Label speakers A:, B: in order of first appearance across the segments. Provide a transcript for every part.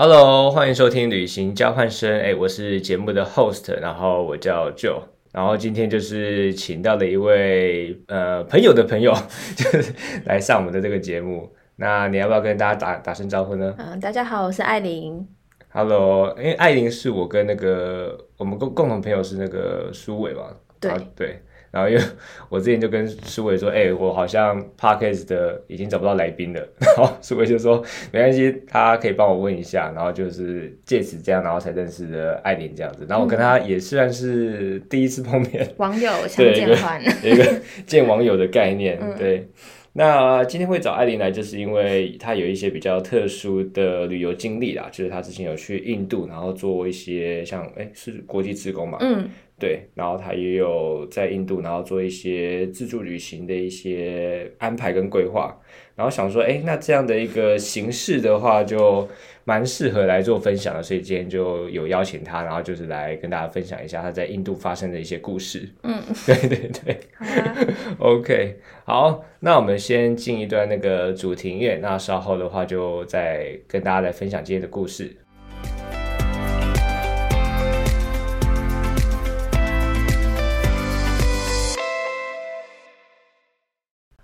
A: Hello，欢迎收听《旅行交换生》。哎，我是节目的 host，然后我叫 Joe，然后今天就是请到了一位呃朋友的朋友， 就是来上我们的这个节目。那你要不要跟大家打打声招呼呢
B: 嗯，大家好，我是艾琳。
A: ？Hello，因为艾琳是我跟那个我们共共同朋友是那个苏伟嘛，
B: 对
A: 啊对。然后因为我之前就跟苏伟说，哎、我好像 podcast 的已经找不到来宾了。然后苏伟就说没关系，他可以帮我问一下。然后就是借此这样，然后才认识的艾琳这样子。然后我跟他也算是第一次碰面，
B: 网友相
A: 对
B: 见
A: 对
B: 欢，
A: 有一个见网友的概念。
B: 嗯
A: 对，那今天会找艾琳来，就是因为她有一些比较特殊的旅游经历啦，就是她之前有去印度，然后做一些像哎是国际职工嘛，
B: 嗯，
A: 对，然后她也有在印度，然后做一些自助旅行的一些安排跟规划。然后想说，哎，那这样的一个形式的话，就蛮适合来做分享的，所以今天就有邀请她，然后就是来跟大家分享一下她在印度发生的一些故事。
B: 嗯，
A: 对对对。
B: 好啊，
A: OK，好，那我们先进一段那个主题音乐，那稍后的话就再跟大家来分享今天的故事。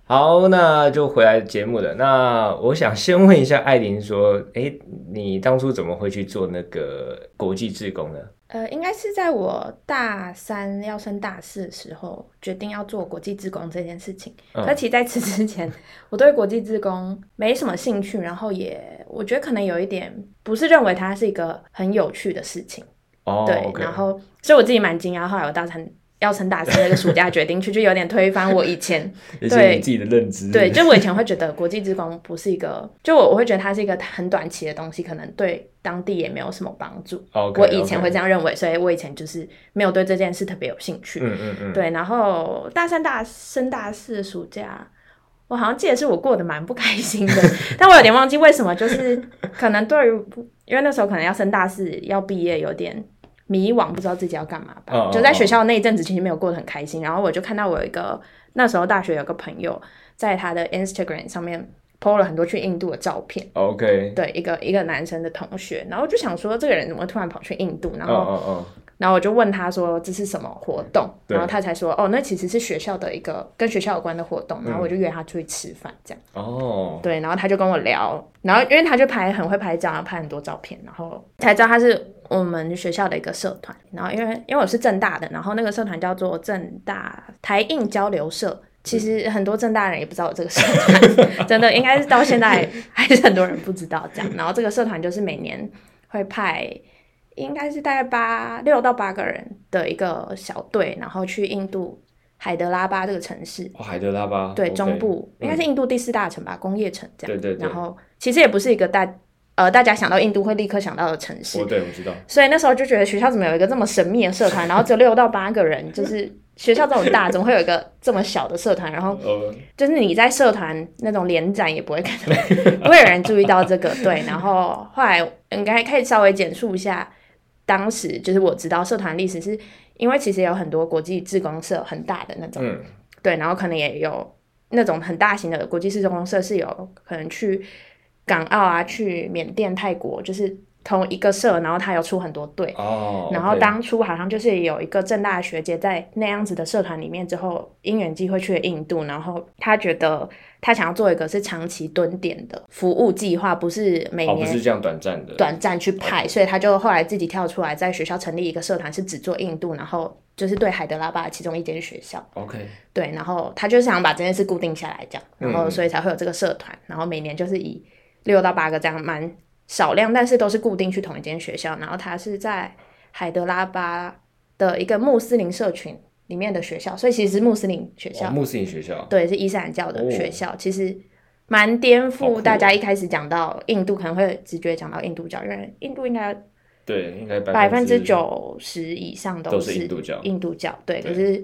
A: 好，那就回来节目了。那我想先问一下艾琳说，哎，你当初怎么会去做那个国际志工呢？
B: 呃，应该是在我大三要升大四的时候，决定要做国际志工这件事情。
A: 嗯
B: 可其实在此之前，我对国际志工没什么兴趣，然后也我觉得可能有一点不是认为它是一个很有趣的事情。
A: 哦
B: 对
A: o k
B: 然后所以我自己蛮惊讶，后来我大三要升大四那个暑假决定去，就有点推翻我以前
A: 也是你
B: 对
A: 自己的认知，
B: 对，就我以前会觉得国际职工不是一个，就我我会觉得它是一个很短期的东西，可能对当地也没有什么帮助。
A: OK，
B: 我以前
A: OK
B: 会这样认为，所以我以前就是没有对这件事特别有兴趣。
A: 嗯嗯嗯，
B: 对，然后大三大升大四的暑假，我好像记得是我过得蛮不开心 的，但我有点忘记为什么，就是可能对于因为那时候可能要升大四要毕业，有点迷惘，不知道自己要干嘛吧。
A: 哦哦
B: 就在学
A: 哦
B: 校那一阵子，其实没有过得很开心。然后我就看到我有一个那时候大学有个朋友，在他的 Instagram 上面 po 了很多去印度的照片。
A: 嗯 OK，
B: 对，一个一个男生的同学，然后我就想说，这个人怎么突然跑去印度？然
A: 嗯
B: 后
A: 嗯嗯，
B: 然后我就问他说这是什么活动，
A: 对
B: 然后他才说哦，那其实是学校的一个跟学校有关的活动，然后我就约他出去吃饭这样。
A: 哦，
B: 对，然后他就跟我聊，然后因为他就拍很会拍照，然后拍很多照片，然后才知道他是我们学校的一个社团。然后因为因为我是正大的，然后那个社团叫做正大台印交流社。其实很多正大人也不知道有这个社 团，真的应该是到现在还是很多人不知道这样。然后这个社团就是每年会派应该是大概八六到八个人的一个小队，然后去印度海德拉巴这个城市，
A: 哦，海德拉巴，
B: 对
A: OK
B: 中部
A: 嗯
B: 应该是印度第四大城吧，工业城这
A: 对
B: 样。
A: 对对
B: 然后其实也不是一个大呃大家想到印度会立刻想到的城市
A: 哦，，对，我知道，
B: 所以那时候就觉得学校怎么有一个这么神秘的社 团，然后只有六到八个人，就是学校这种大，怎么会有一个这么小的社团？然后
A: 呃，
B: 就是你在社团那种联展也不 会看到，不会有人注意到这个。对，然后后来应该可以稍微简述一下，当时就是我知道社团历史是，因为其实有很多国际志工社很大的那种，
A: 嗯
B: 对，然后可能也有那种很大型的国际志工社是有可能去港澳啊，去缅甸、泰国，就是同一个社，然后它有出很多队。
A: 哦，
B: 然后
A: OK
B: 当初好像就是有一个正大的学姐在那样子的社团里面之后，因缘机会去了印度，然后她觉得她想要做一个是长期蹲点的服务计划，不是每
A: 哦，不是哦
B: 年
A: 这样短暂的，
B: 短暂去派，所以她就后来自己跳出来，在学校成立一个社团，是只做印度，然后就是对海德拉巴其中一间学校。
A: ，OK，
B: 对，然后他就是想把这件事固定下来，这样，然后
A: 嗯
B: 所以才会有这个社团，然后每年就是以六到八个这样，蛮少量，但是都是固定去同一间学校。然后他是在海德拉巴的一个穆斯林社群里面的学校，所以其实是穆斯林学校，
A: 哦，穆斯林学校，
B: 对，是伊斯兰教的
A: 哦
B: 学校，其实蛮
A: 好
B: 颠
A: 酷哦
B: 覆大家一开始讲到印度，可能会直觉讲到印度教，因为印度应该
A: 对，应该
B: 百
A: 分
B: 分之，九十以上
A: 都
B: 都
A: 是印度教
B: 印度教对，
A: 对
B: 可是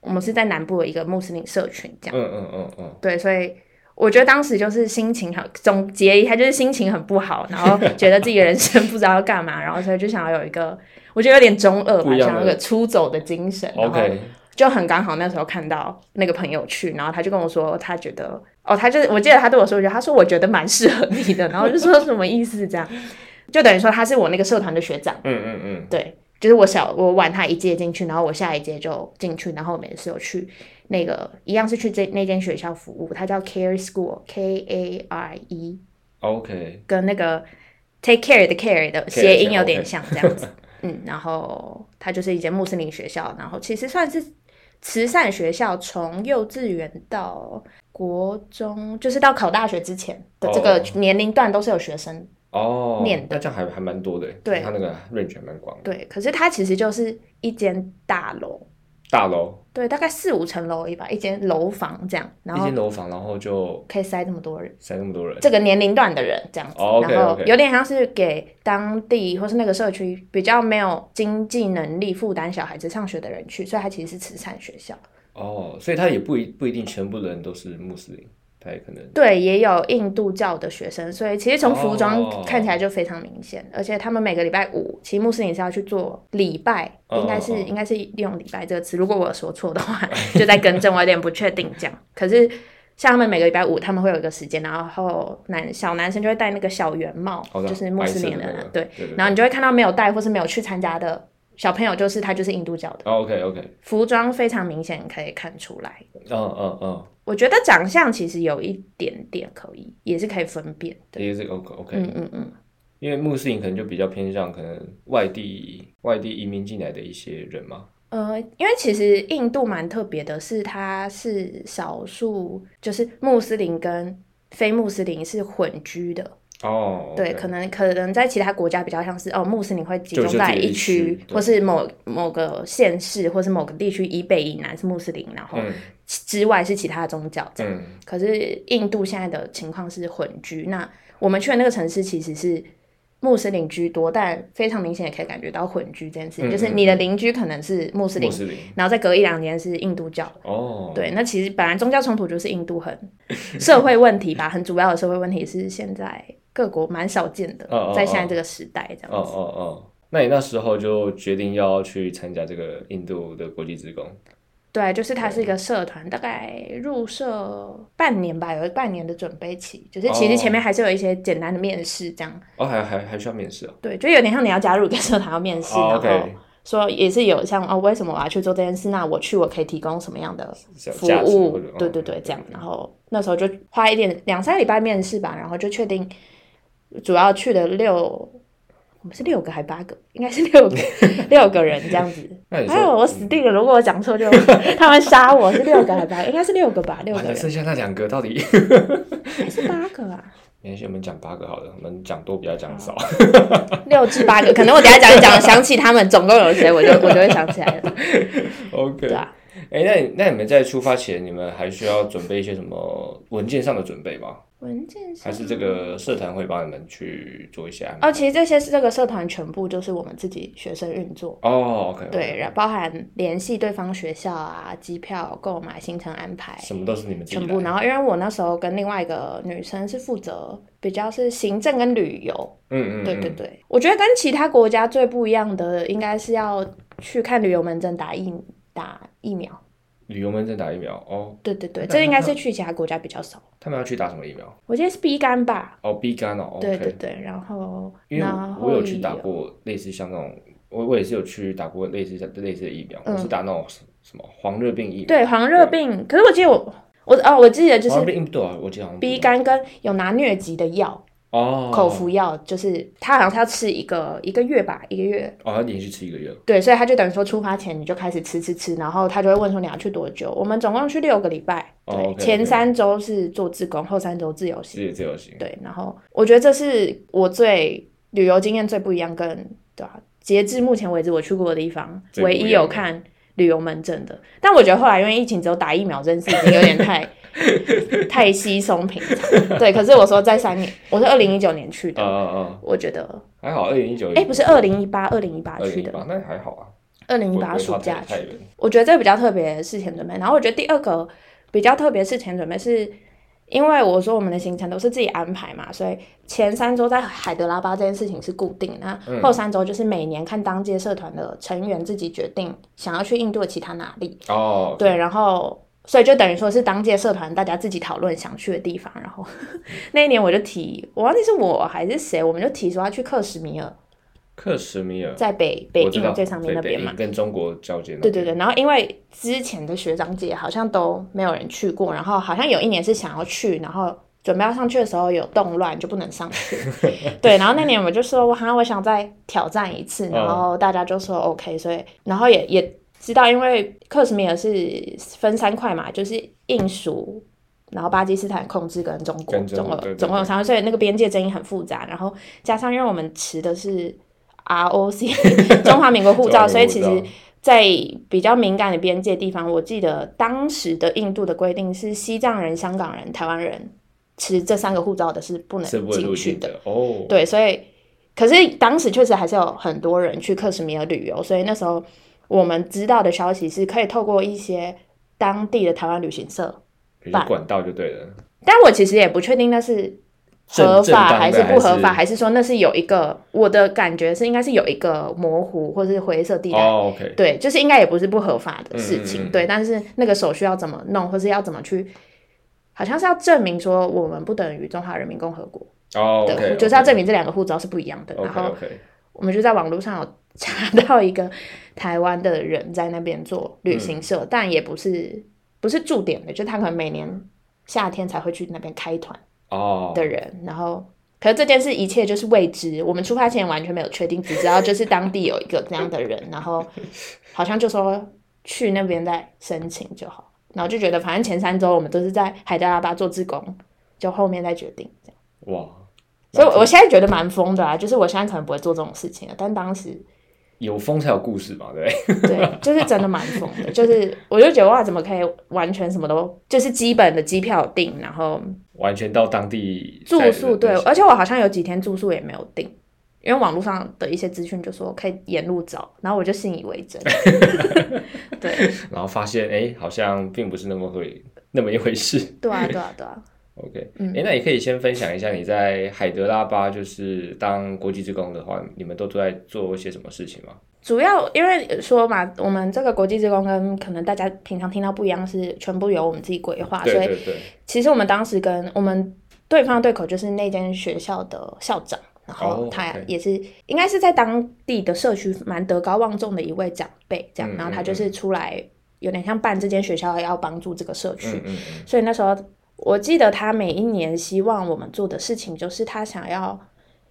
B: 我们是在南部的一个穆斯林社群这样。
A: 嗯嗯嗯嗯，
B: 对，所以我觉得当时就是心情很，总结一下就是心情很不好，然后觉得自己的人生 不知道要干嘛，然后所以就想要有一个，我觉得有点中二
A: 不
B: 吧，
A: 一样的
B: 想要有个出走的精神。然后
A: OK，
B: 就很刚好那时候看到那个朋友去，然后他就跟我说，他觉得哦，他就是我记得他对我说一句，他说我觉得蛮适合你的，然后我就说什么意思这样。就等于说他是我那个社团的学长，
A: 嗯嗯嗯，
B: 对，就是我小我晚他一届进去，然后我下一届就进去，然后我们也是有去那个一样是去这那间学校服务，它叫 Care School K A R E，
A: ，OK，
B: 跟那个 Take Care 的 Care 的
A: Care，
B: 谐音有
A: OK
B: 点像这样子。嗯，然后它就是一间穆斯林学校，然后其实算是慈善学校，从幼稚园到国中，就是到考大学之前的这个
A: 哦
B: 年龄段都是有学生
A: 哦，
B: 念
A: 那这样还还蛮多的，
B: 对
A: 它那个 range 还蛮广的，
B: 对，可是它其实就是一间大楼，
A: 大楼
B: 对，大概四五层楼而已吧，一间楼房这样，然
A: 一
B: 后
A: 间楼房，然后就
B: 可以塞这么多人，
A: 塞那么多人，
B: 这个年龄段的人这样子，
A: 哦，OK，
B: 然后
A: OK
B: 有点像是给当地或是那个社区比较没有经济能力负担小孩子上学的人去，所以它其实是慈善学校。
A: 哦，所以它也不一不一定全部的人都是穆斯林，它也可能
B: 对，也有印度教的学生，所以其实从服
A: 哦
B: 装看起来就非常明显。而且他们每个礼拜五，其实穆斯林是要去做礼拜，
A: 哦
B: 应该是、
A: 哦哦
B: 应该是利用“礼拜”这个词。如果我有说错的话， 就在更正，我有点不确定这样。可是像他们每个礼拜五，他们会有一个时间，然后男小男生就会戴那个小圆帽，
A: 好的
B: 就是穆斯林啊
A: 白色的那个
B: 对。
A: 对对
B: 然后你就会看到没有戴或是没有去参加的小朋友，就是他就是印度教的，
A: ，OK OK，
B: 服装非常明显可以看出来。
A: 嗯嗯嗯，
B: 我觉得长相其实有一点点可以，也是可以分辨的。
A: 也是 OK OK，
B: 嗯嗯嗯，
A: 因为穆斯林可能就比较偏向可能外地外地移民进来的一些人嘛。
B: 呃，因为其实印度蛮特别的是，它是少数就是穆斯林跟非穆斯林是混居的。
A: 哦，
B: 对，可能可能在其他国家比较像是哦，穆斯林会集
A: 就
B: 中
A: 就
B: 在
A: 自己的
B: 一
A: 一
B: 区
A: 区，对
B: 或是某某个县市，或是某个地区以北以南是穆斯林，然后
A: 嗯
B: 之外是其他的宗教这样。
A: 嗯
B: 可是印度现在的情况是混居，那我们去的那个城市其实是穆斯林居多，但非常明显也可以感觉到混居这件事情，
A: 嗯
B: 就是你的邻居可能是穆斯林，
A: 穆斯林
B: 然后再隔一两年是印度教。
A: 哦，
B: 对，那其实本来宗教冲突就是印 度很社会问题吧，很主要的社会问题是现在各国蛮少见的，
A: 哦哦
B: 在现在这个时代这
A: 哦
B: 样子。
A: 哦哦，那你那时候就决定要去参加这个印度的国际职工，
B: 对，就是它是一个社团，大概入社半年吧，有半年的准备期，就是其实前面还是有一些简单的面试这样。
A: 哦，还还还需要面试哦，
B: 对，就有点像你要加入一个社团要面试，
A: 哦
B: 然后
A: ，OK
B: 说也是有像哦，为什么我要去做这件事？那我去我可以提供什么样的
A: 这样
B: 服
A: 价值
B: 务
A: 或者？哦
B: 对对对，这样。然后那时候就花一点两三个礼拜面试吧，然后就确定主要去的六，我们是六个还八个？应该是 六个六个人这样子。
A: 那你
B: 哎呦，
A: 说
B: 我死定了！如果我讲 错就他们杀我，是六个还八个？应该是六个吧，六
A: 完
B: 个
A: 了，
B: 人
A: 剩啊下那两个到底？
B: 还是八个啊？
A: 没关系，我们讲八个好了，我们讲多不要讲少。
B: 六至八个，可能我等一下讲一讲，想起他们总共有谁，我就我就会想起来了，
A: OK，
B: 对啊。
A: 哎，那你那你们在出发前，你们还需要准备一些什么文件上的准备吗？
B: 文件上
A: 还是这个社团会帮你们去做一些安排？
B: 哦，其实这些是这个社团全部就是我们自己学生运作，
A: 哦，OK，
B: 对，然包含联系对方学校啊、机票购买、行程安排，
A: 什么都是你们自己
B: 全部。
A: 来
B: 然后因为我那时候跟另外一个女生是负责比较是行政跟旅游，
A: 嗯嗯，
B: 对对
A: 嗯，
B: 对，我觉得跟其他国家最不一样的应该是要去看旅游门诊打疫打疫苗，
A: 旅游门诊打疫苗哦，
B: 对对对，
A: 那
B: 这应该
A: 那
B: 是去其他国家比较少，
A: 他们要去打什么疫苗？
B: 我记得是 B 肝吧，
A: 哦，B 肝哦
B: 对对
A: ，OK，
B: 对，然后
A: 因为
B: 然
A: 我
B: 后
A: 我有去
B: 也
A: 打过类似像那种，我我也是有去打过类似像类似的疫苗，我是打那种什什么黄热病疫苗，
B: 嗯对，黄热病，可是我记得我我哦，我记得就
A: 黄热
B: 是
A: 病疫苗对啊，我记得好像
B: B 肝跟有拿疟疾的药，
A: 哦，
B: 口服药，就是他好像是要吃一个一个月吧，一个月。
A: 哦，要连续吃一个月，
B: 对，所以他就等于说出发前你就开始吃吃吃，然后他就会问说你要去多久？我们总共去六个礼拜，
A: 哦
B: 对，
A: OK，OK
B: 前三周是做自工，后三周自由
A: 自
B: 行，
A: 己自由行，
B: 对，然后我觉得这是我最旅游经验最不一样跟，对吧、啊截至目前为止我去过的地方，
A: 最不
B: 唯
A: 一样
B: 一有看旅游门诊的，但我觉得后来因为疫情只有打疫苗这件事情有点 太太稀松平常，对。可是我说在三年，我是二零一九年去
A: 啊
B: 的，
A: 啊啊，
B: 我觉得，
A: 还好，二零一九，
B: 哎、不是二零一八，二零一八
A: 二
B: 去
A: 零一
B: 的，
A: 八，那还好啊，
B: 二零一
A: 不
B: 八
A: 不会
B: 暑
A: 差
B: 假
A: 太
B: 去
A: 太
B: 的
A: 远。
B: 我觉得这比较特别的事前准备。然后我觉得第二个比较特别的事前准备是，因为我说我们的行程都是自己安排嘛，所以前三周在海德拉巴这件事情是固定，那
A: 嗯
B: 后三周就是每年看当届社团的成员自己决定想要去印度的其他哪里。
A: 哦，
B: 对，然后所以就等于说是当届社团大家自己讨论想去的地方。然后 那一年我就提，我忘记是我还是谁，我们就提说要去克什米尔，
A: 克什米尔，
B: 在北北
A: 我知
B: 印
A: 道
B: 最上面
A: 对
B: 那边
A: 北
B: 嘛
A: 印。跟中国交界那
B: 对对
A: 边
B: 对，然后因为之前的学长姐好像都没有人去过，然后好像有一年是想要去，然后准备要上去的时候有动乱就不能上 去。对，然后那年我就说，我好像我想再挑战一次，然
A: 哦
B: 后大家就说 OK，所以然后也也知道，因为克什米尔是分三块嘛，就是印属。然后巴基斯坦控制跟中国
A: 跟中
B: 总
A: 国对
B: 有
A: 对
B: 总共有
A: 对
B: 三块，所以那个边界争议很复杂。然后加上因为我们持的是 ROC 中华民国护照，
A: 中华民国
B: 所以其
A: 护
B: 实
A: 照
B: 在比较敏感的边界地方，我记得当时的印度的规定是西藏人、香港人、台湾人持这三个护照的是不能
A: 是不会
B: 进
A: 入
B: 去
A: 境
B: 的。
A: 的哦。
B: 对，所以可是当时确实还是有很多人去克什米尔旅游，所以那时候我们知道的消息是可以透过一些当地的台湾旅行社，
A: 有
B: 吧
A: 些管道就对了，
B: 但我其实也不确定那是
A: 正
B: 合
A: 正当
B: 法
A: 的
B: 还是不合法，
A: 还
B: 还是说那是有一个我的感觉是应该是有一个模糊或是灰色地带。
A: 哦，OK，
B: 对，就是应该也不是不合法的事
A: 嗯
B: 情，
A: 嗯嗯
B: 对。但是那个手续要怎么弄，或是要怎么去，好像是要证明说我们不等于中华人民共和国
A: 哦
B: 的
A: ，OK，
B: 就是要证明这两个护照是不一样的。然后
A: OK，OK，
B: 我们就在网络上有 查到一个台湾的人在那边做
A: 嗯
B: 旅行社，但也不是不是驻点的，就他可能每年夏天才会去那边开团
A: 哦，
B: 的人，然后。可是这件事一切就是未知，我们出发前完全没有确定，只知道就是当地有一个这样的人，然后好像就说去那边再申请就好，然后就觉得反正前三周我们都是在海德拉巴做志工，就后面再决定这样。
A: 哇，
B: 所以我我现在觉得蛮疯的啊，就是我现在可能不会做这种事情了，但当时
A: 有风才有故事嘛，对不对。
B: 对，就是真的蛮疯的，就是我就觉得哇，怎么可以完全什么都就是基本的机票订，然后
A: 完全到当地
B: 住
A: 在
B: 宿对，而且我好像有几天住宿也没有订，因为网络上的一些资讯就说可以沿路找，然后我就信以为 真。对
A: 然后发现哎，好像并不是那么回那么一回事。
B: 对啊对啊对啊，
A: OK，
B: 嗯
A: 哎，那也可以先分享一下你在海德拉巴就是当国际职工的话，你们都都在做一些什么事情吗？
B: 主要因为说嘛，我们这个国际职工跟可能大家平常听到不一样，是全部由我们自己规划，
A: 对
B: 啊所以
A: 对对，
B: 其实我们当时跟我们对方对口就是那间学校的校长，然后
A: 哦
B: 他
A: OK
B: 也是、应该是在当地的社区蛮德高望重的一位长辈，这样，
A: 嗯
B: 然
A: 嗯
B: 后他就是出来有点像办这间学校要帮助这个社区，
A: 嗯嗯嗯，
B: 所以那时候我记得他每一年希望我们做的事情就是他想要。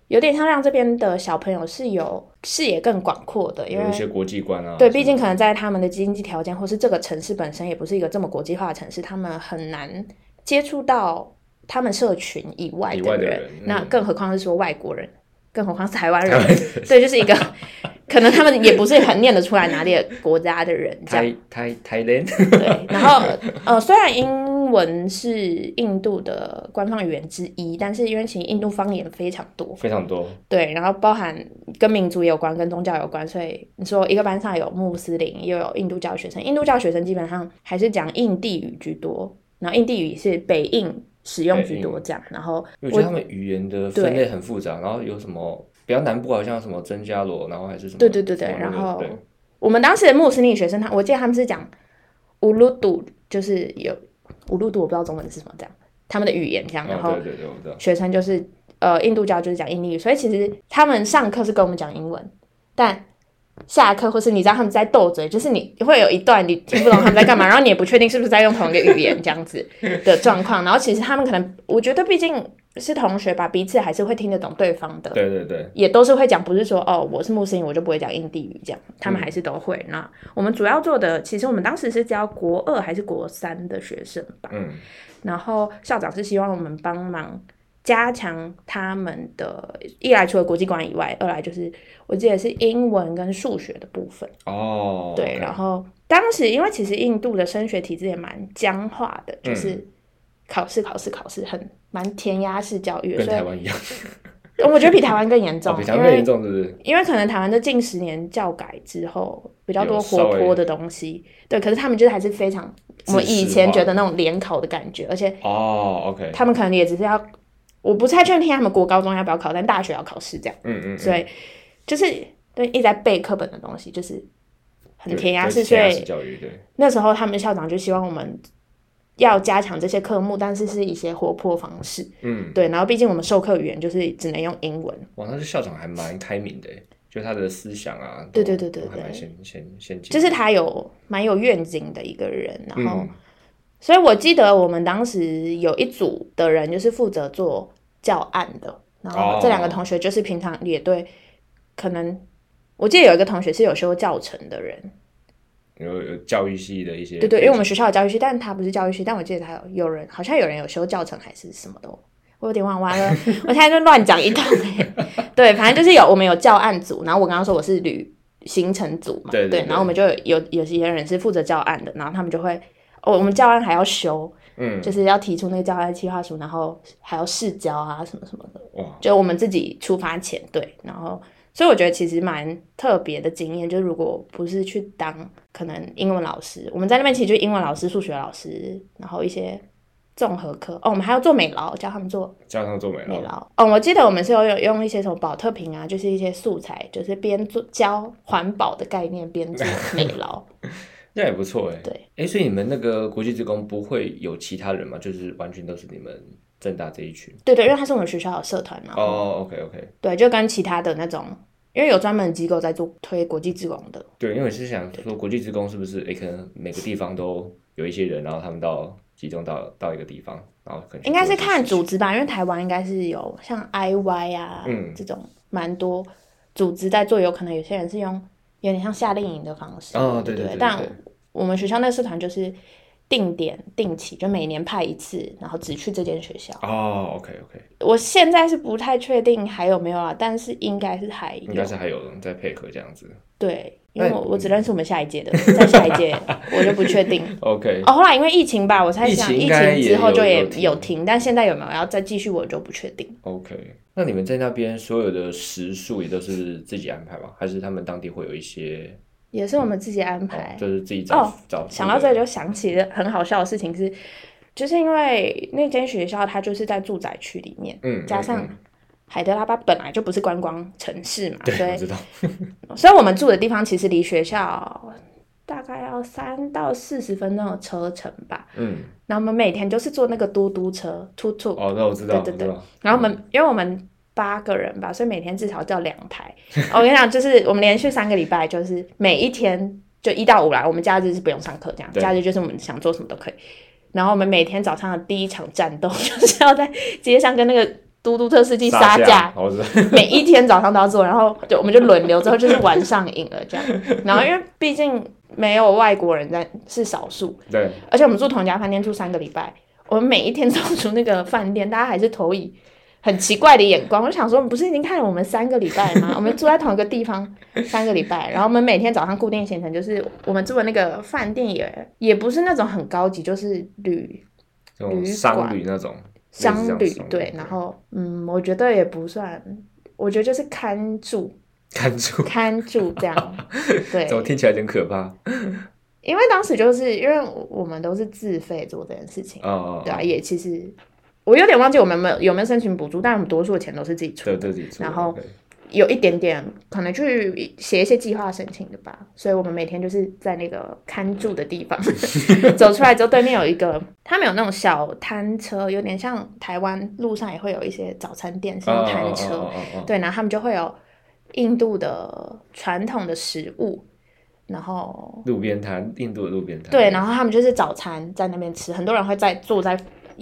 B: 有点像让这边的小朋友是有视野更广阔的，因为
A: 有一些国际观啊，
B: 对，
A: 什么
B: 毕竟可能在他们的经济条件，或是这个城市本身也不是一个这么国际化的城市，他们很难接触到他们社群以外
A: 以
B: 的
A: 外
B: 人。
A: 的人
B: 那
A: 嗯
B: 更何况是说外国人，更何况是台 湾人，对，就是一个可能他们也不是很念得出来哪里的国家的人这样。
A: 台台台联，
B: 对，然后呃，虽然英文是印度的官方语言之一，但是因为其实印度方言非常多，
A: 非常多，
B: 对，然后包含跟民族有关、跟宗教有关，所以你说一个班上有穆斯林，又有印度教学生，印度教学生基本上还是讲印地语居多，然后印地语是北印使用居多这样，然后
A: 因为我觉得
B: 我
A: 他们语言的分类很复杂，然后有什么比较南部好像有什么增加罗，然后还是什么
B: 对对对对，
A: 什么那
B: 然
A: 个
B: 后
A: 对
B: 我们当时的穆斯林学生，他我记得他们是讲乌鲁杜，就是有乌鲁杜，我不知道中文是什么这样，他们的语言这样，然后
A: 哦对对对，我知道，
B: 学生就是呃印度教就是讲印尼语，所以其实他们上课是跟我们讲英文，但下课或是你知道他们在斗嘴，就是你会有一段你听不懂他们在干嘛，然后你也不确定是不是在用同一个语言这样子的状况，然后其实他们可能我觉得毕竟是同学吧，彼此还是会听得懂对方的，
A: 对对对，
B: 也都是会讲，不是说哦，我是穆斯林，我就不会讲印地语这样，他们还是都会。那我们主要做的，其实我们当时是教国二还是国三的学生吧，
A: 嗯，
B: 然后校长是希望我们帮忙加强他们的，一来除了国际观以外，二来就是我记得是英文跟数学的部分。
A: 哦，
B: 对，然
A: 后
B: 后当时因为其实印度的升学体制也蛮僵化的，就是考试考试考试很蛮填鸭式教育的，
A: 跟
B: 所
A: 台
B: 以
A: 湾一样，
B: 我觉得比台湾更严重，
A: 哦比台
B: 因
A: 湾
B: 为
A: 严重是不是？
B: 因为可能台湾的近十年教改之后比较多
A: 有稍
B: 活
A: 微
B: 泼的东西，对，可是他们就是还是非常我们以前觉得那种联考的感觉，而且
A: 哦，OK，
B: 他们可能也只是要，我不太确定他们国高中要不要考，但大学要考试这样，
A: 嗯嗯，
B: 所以就是对一直在背课本的东西，就是很
A: 对
B: 填鸭式，
A: 对
B: 所
A: 填鸭式
B: 以
A: 教育，对，
B: 那时候他们校长就希望我们要加强这些科目，但是是一些活泼方式。
A: 嗯，
B: 对，然后毕竟我们授课语言就是只能用英文。
A: 哇，那这校长还蛮开明的耶，就他的思想啊，都
B: 对对对对
A: 都还蛮
B: 对
A: 先先先进的，
B: 就是他有蛮有愿景的一个人，然后、
A: 嗯
B: 所以我记得我们当时有一组的人就是负责做教案的，然后这两个
A: 哦
B: 同学就是平常也对，可能我记得有一个同学是有修教程的人，
A: 有有教育系的一些
B: 对对，因为我们
A: 背景
B: 学校有教育系，但他不是教育系，但我记得他有有人好像有人有修教程还是什么的哦，我有点忘完了，我现在就乱讲一通、欸。对，反正就是有我们有教案组，然后我刚刚说我是旅行程组嘛，
A: 对对对
B: 然后我们就有有有些人是负责教案的，然后他们就会。哦，我们教案还要修，
A: 嗯
B: 就是要提出那个教案计划书，然后还要试教啊什么什么的。
A: 嗯哇
B: 就我们自己出发前对，然后所以我觉得其实蛮特别的经验，就是如果不是去当可能英文老师，我们在那边其实就英文老师、数学老师，然后一些综合科哦，我们还要做美劳，教他们做
A: 教上做美劳，
B: 美劳。哦，我记得我们是有有用一些什么保特瓶啊，就是一些素材，就是边做教环保的概念 边做美劳。
A: 那也不错哎。
B: 对，
A: 哎，所以你们那个国际职工不会有其他人吗？就是完全都是你们正大这一群
B: 对对，因为它是我们学校的社团嘛，
A: 哦。OK OK，
B: 对，就跟其他的那种，因为有专门机构在做推国际职工的，
A: 对，因为我是想说国际职工是不是哎，可能每个地方都有一些人，然后他们到集中到到一个地方，然后可能去
B: 应该
A: 做
B: 是
A: 一些
B: 看
A: 事情
B: 组织吧，因为台湾应该是有像 IY 啊、
A: 嗯
B: 这种蛮多组织在做，有可能有些人是用有点像夏令营的方式，
A: 哦，对
B: 对
A: 对
B: 不
A: 对，
B: 但
A: 对
B: 我们学校那个社团就是定点定期，就每年派一次，然后只去这间学校。
A: 哦，OK OK，
B: 我现在是不太确定还有没有啊，但是应该是还
A: 应
B: 有
A: 该。是还有人在配合这样子。
B: 对，因为
A: 那
B: 我我只认识我们下一届的，在下一届 我就不确定。
A: OK，
B: 哦，后来因为疫情吧，我猜
A: 疫
B: 想
A: 情应
B: 疫
A: 该
B: 情
A: 也
B: 之后
A: 有
B: 就
A: 有
B: 也
A: 停
B: 有停，但现在有没有要再继续，我就不确定。
A: OK，那你们在那边所有的食宿也都是自己安排吗？还是他们当地会有一些，
B: 也是我们自己安
A: 哦
B: 排。
A: 就是自己找、
B: 哦
A: 找？
B: 想到这里，就想起了很好笑的事情是，就是因为那间学校它就是在住宅区里面，
A: 嗯，
B: 加上
A: 嗯嗯
B: 海德拉巴本来就不是观光城市嘛，所
A: 对，我
B: 以
A: 知道，
B: 所以我们住的地方其实离学校大概要三到四十分钟的车程吧。
A: 嗯，
B: 那我们每天就是坐那个嘟嘟车突突，
A: 哦，那我知道，
B: 对对对
A: 我知道，
B: 然后我们、因为我们八个人吧，所以每天至少叫两台。哦我跟你讲，就是我们连续三个礼拜，就是每一天就一到五啦，我们假日是不用上课，这样
A: 对
B: 假日就是我们想做什么都可以。然后我们每天早上的第一场战斗就是要在街上跟那个嘟嘟车司机
A: 杀哦
B: 杀价，
A: 我知道，
B: 每一天早上都要做，然后就我们就轮流，之后就是晚上赢了这样。然后因为毕竟没有外国人在，是少数，
A: 对，
B: 而且我们住同一家饭店住三个礼拜，我们每一天都住那个饭店，大家还是投以很奇怪的眼光。我想说，我们不是已经看了我们三个礼拜 吗？我们住在同一个地方三个礼拜，然后我们每天早上固定行程就是我们住的那个饭店也也不是那种很高级，就是旅
A: 这种
B: 旅
A: 商
B: 馆
A: 旅那种，类似这
B: 商
A: 样
B: 旅
A: 商旅
B: 对
A: 对，
B: 然后嗯，我觉得也不算，我觉得就是看住
A: 看住，
B: 看住这样，对
A: 怎，么听起来有点可怕？
B: 因为当时就是因为我们都是自费做这件事情。
A: 哦哦，
B: 对啊，也其实我有点忘记我们有没有有没有申请补助，但我们多数的钱都是自己出
A: 对，
B: 的，
A: 自己住，
B: 然后
A: OK
B: 有一点点可能去写一些计划申请的吧。所以我们每天就是在那个看住的地 方走出来之后，对面有一个他们有那种小摊车，有点像台湾路上也会有一些早餐店是
A: 哦
B: 用
A: 哦
B: 摊
A: 哦
B: 车，
A: 哦哦哦
B: 对，然后他们就会有印度的传统的食物，然后
A: 路边摊，印度的路边摊，
B: 对，然后他们就是早餐在那边吃，很多人会在坐在，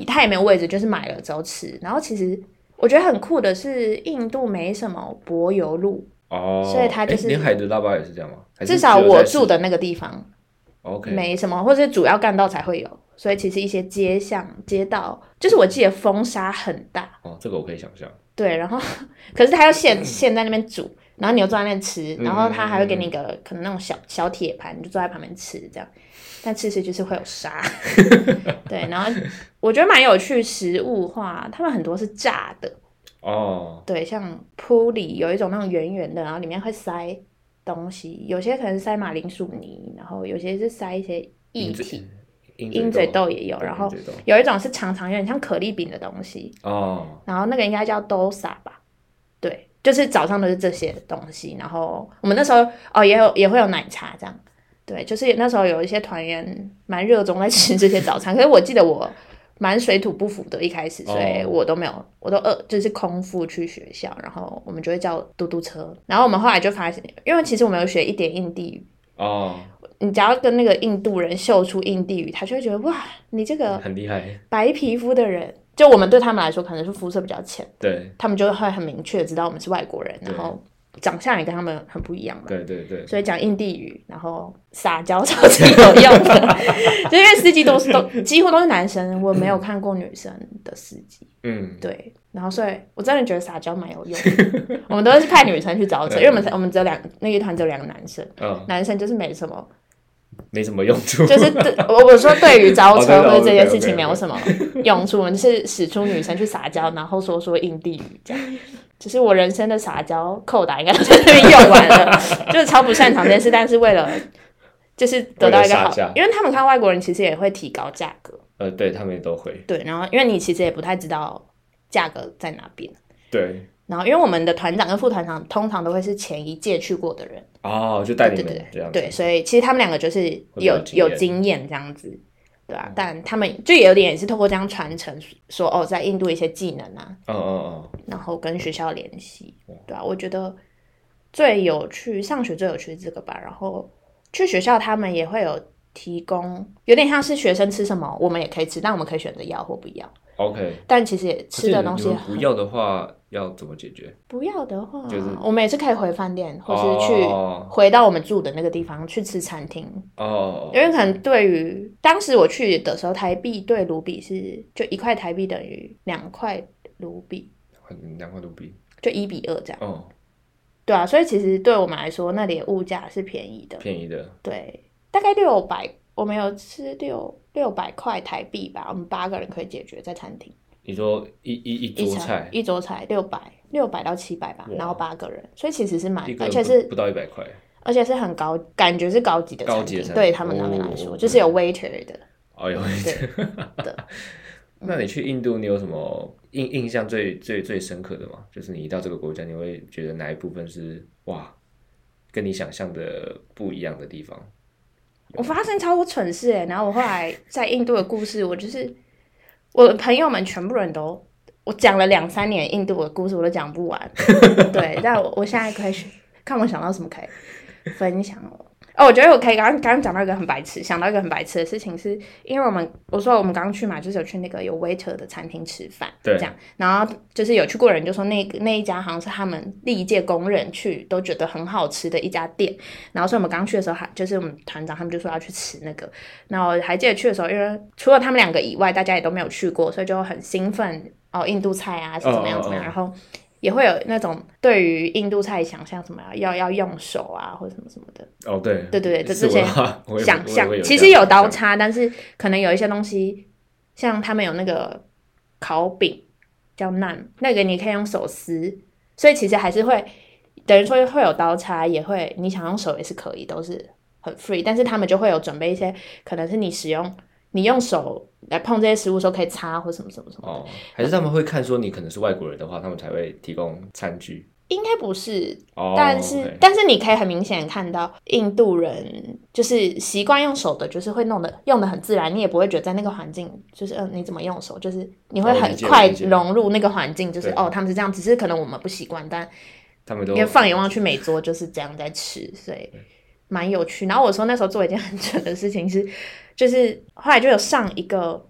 B: 他也没有位置，就是买了之后吃。然后其实我觉得很酷的是，印度没什么柏油路，
A: 哦，
B: 所以它就
A: 诶
B: 是
A: 连海德拉巴也是这样吗？还是
B: 至少
A: 只有
B: 我
A: 在市
B: 住的那个地方
A: OK，
B: 没什么，或者是主要干道才会有。所以其实一些街巷、街道，就是我记得风沙很大，
A: 哦，这个我可以想象，
B: 对。然后可是他要
A: 嗯
B: 现现在那边煮，然后你又坐在那边吃，然后他还会给
A: 嗯
B: 你一个可能那种小小铁盘，你就坐在旁边吃这样。但吃吃就是会有沙， 对，然后我觉得蛮有趣。食物化，他们很多是炸的，
A: 哦，
B: 对，像铺里有一种那种圆圆的，然后里面会塞东西，有些可能塞马铃薯泥，然后有些是塞一些液
A: 鹰
B: 体，
A: 嘴，鹰
B: 鹰嘴
A: 嘴豆，啊
B: 豆也有，
A: 对
B: 然
A: 鹰
B: 后
A: 嘴豆
B: 有一种是长长有点像可丽饼的东西，
A: 哦，
B: 然后那个应该叫 dosa 吧，对，就是早上都是这些东西，然后我们那时候哦也有也会有奶茶这样，对，就是那时候有一些团员蛮热衷在吃这些早餐，可是我记得我蛮水土不服的，一开始，所以
A: 哦
B: 我都没有，我都饿，就是空腹去学校，然后我们就会叫嘟嘟车，然后我们后来就发现，因为其实我们有学一点印地语，
A: 哦，
B: 你只要跟那个印度人秀出印地语，他就会觉得哇，你这个
A: 很厉害，
B: 白皮肤的人，就我们对他们来说可能是肤色比较浅，
A: 对
B: 他们就会很明确地知道我们是外国人，然
A: 对
B: 后长相也跟他们很不一样嘛。
A: 对对对，
B: 所以讲印地语，然后撒娇超级有用 的，就因为司机都是都几乎都是男生，我没有看过女生的司机。
A: 嗯，
B: 对，然后所以我真的觉得撒娇蛮有用 的。我们都是派女生去找车，因为我们我们只有两那一团只有两个男生，
A: 嗯，
B: 男生就是没什么，
A: 没什么用 处，
B: 就是对我我说对于招
A: 哦对
B: 车
A: 的
B: 或者这件
A: OK，OK，OK，OK
B: 事情没有什么用处，我们是使出女生去撒娇，然后说说印地语这样。只是我人生的撒娇扣打应该就是 被用完了，就是超不擅长这件事，但是为了就是得到一
A: 为
B: 个
A: 了
B: 好
A: 撒娇，
B: 因为他们看外国人其实也会提高价格，
A: 呃，对他们也都会，
B: 对，然后因为你其实也不太知道价格在哪边，
A: 对，
B: 然后因为我们的团长跟副团长通常都会是前一届去过的人。
A: 哦，就带
B: 对
A: 你
B: 对
A: 们这样子，
B: 对，所以其实他们两个就是
A: 会有经验嗯
B: 有有经验这样子，对啊，但他们就有点也是透过这样传承说，哦，在印度一些技能啊，
A: 嗯嗯嗯，
B: 然后跟学校联系，对啊，我觉得最有趣上学最有趣是这个吧，然后去学校他们也会有提供，有点像是学生吃什么，我们也可以吃，但我们可以选择要或不要，
A: ，OK，
B: 但其实也
A: 可
B: 吃
A: 是
B: 的
A: 你
B: 东西
A: 们不
B: 很
A: 要的话要怎么解决？
B: 不要的话，
A: 就是
B: 我们也是可以回饭店，或是去
A: 哦
B: 回到我们住的那个地方去吃餐厅。
A: 哦，
B: 因为可能对于当时我去的时候，台币对卢比是就一块台币等于两块卢比，
A: 很两块卢比，
B: 就一比二这样。
A: 哦，
B: 对啊，所以其实对我们来说，那里的物价是便宜的。
A: 便宜的，
B: 对，大概六百，我们有吃六六百块台币吧，我们八个人可以解决在餐厅
A: 你说一一一
B: 一
A: 桌
B: 餐
A: 菜，
B: 一桌才六百六百到七百吧，
A: 哇
B: 然后八个人，所以其实是蛮
A: 一，个
B: 而
A: 人
B: 且
A: 不
B: 是
A: 不到一百块，
B: 而且是很高，感觉是高级的
A: 高
B: 餐
A: 级的
B: 厅，
A: 餐
B: 对
A: 厅
B: 他们那边来说，
A: 哦
B: 就是有 waiter 的。
A: 哦有。
B: 对的。
A: 那你去印度，你有什么印印象最最最深刻的吗？就是你一到这个国家，你会觉得哪一部分是哇，跟你想象的不一样的地方？
B: 我发生超多蠢事哎、然后我后来在印度的故事，我就是我的朋友们全部人都，我讲了两三年印度的故事，我都讲不完。对，但我我现在可以看我想到什么可以分享哦。哦，我觉得我可以刚刚刚讲到一个很白痴，想到一个很白痴的事情是，因为我们我说我们刚刚去嘛，就是有去那个有 waiter 的餐厅吃饭，
A: 对
B: 这样，然后就是有去过的人就说那个那一家好像是他们历届工人去都觉得很好吃的一家店，然后所以我们刚去的时候还就是我们团长他们就说要去吃那个，然后还记得去的时候，因为除了他们两个以外，大家也都没有去过，所以就很兴奋哦，印度菜啊是怎么样怎么样，
A: 哦哦哦
B: 然后也会有那种对于印度菜想象什么要要用手啊或者什么什么的
A: 哦，对，
B: 对对对这
A: 是我
B: 这些
A: 的话我也
B: 想
A: 我也
B: 象
A: 会，
B: 其
A: 这
B: 实
A: 样
B: 有
A: 想
B: 刀
A: 象
B: 叉，但是可能有一些东西，像他们有那个烤饼叫 naan，那个你可以用手撕，所以其实还是会等于说会有刀叉，也会你想用手也是可以，都是很 free，但是他们就会有准备一些可能是你使用你用手来碰这些食物的时候可以擦或什么什么什么的，
A: 哦，还是他们会看说你可能是外国人的话，他们才会提供餐具。
B: 应该不是
A: 哦，
B: 但是、
A: OK
B: 但是你可以很明显看到，印度人就是习惯用手的，就是会弄得用的很自然，你也不会觉得在那个环境，就是嗯、呃你怎么用手，就是你会
A: 哦
B: 很
A: 理解
B: 快
A: 理解
B: 融入那个环境，就是
A: 对
B: 哦他们是这样，只是可能我们不习惯，但
A: 他们都
B: 因为 放眼望去每桌就是这样在吃，所以蛮有趣。然后我说那时候做一件很蠢的事情是，就是后来就有上一个。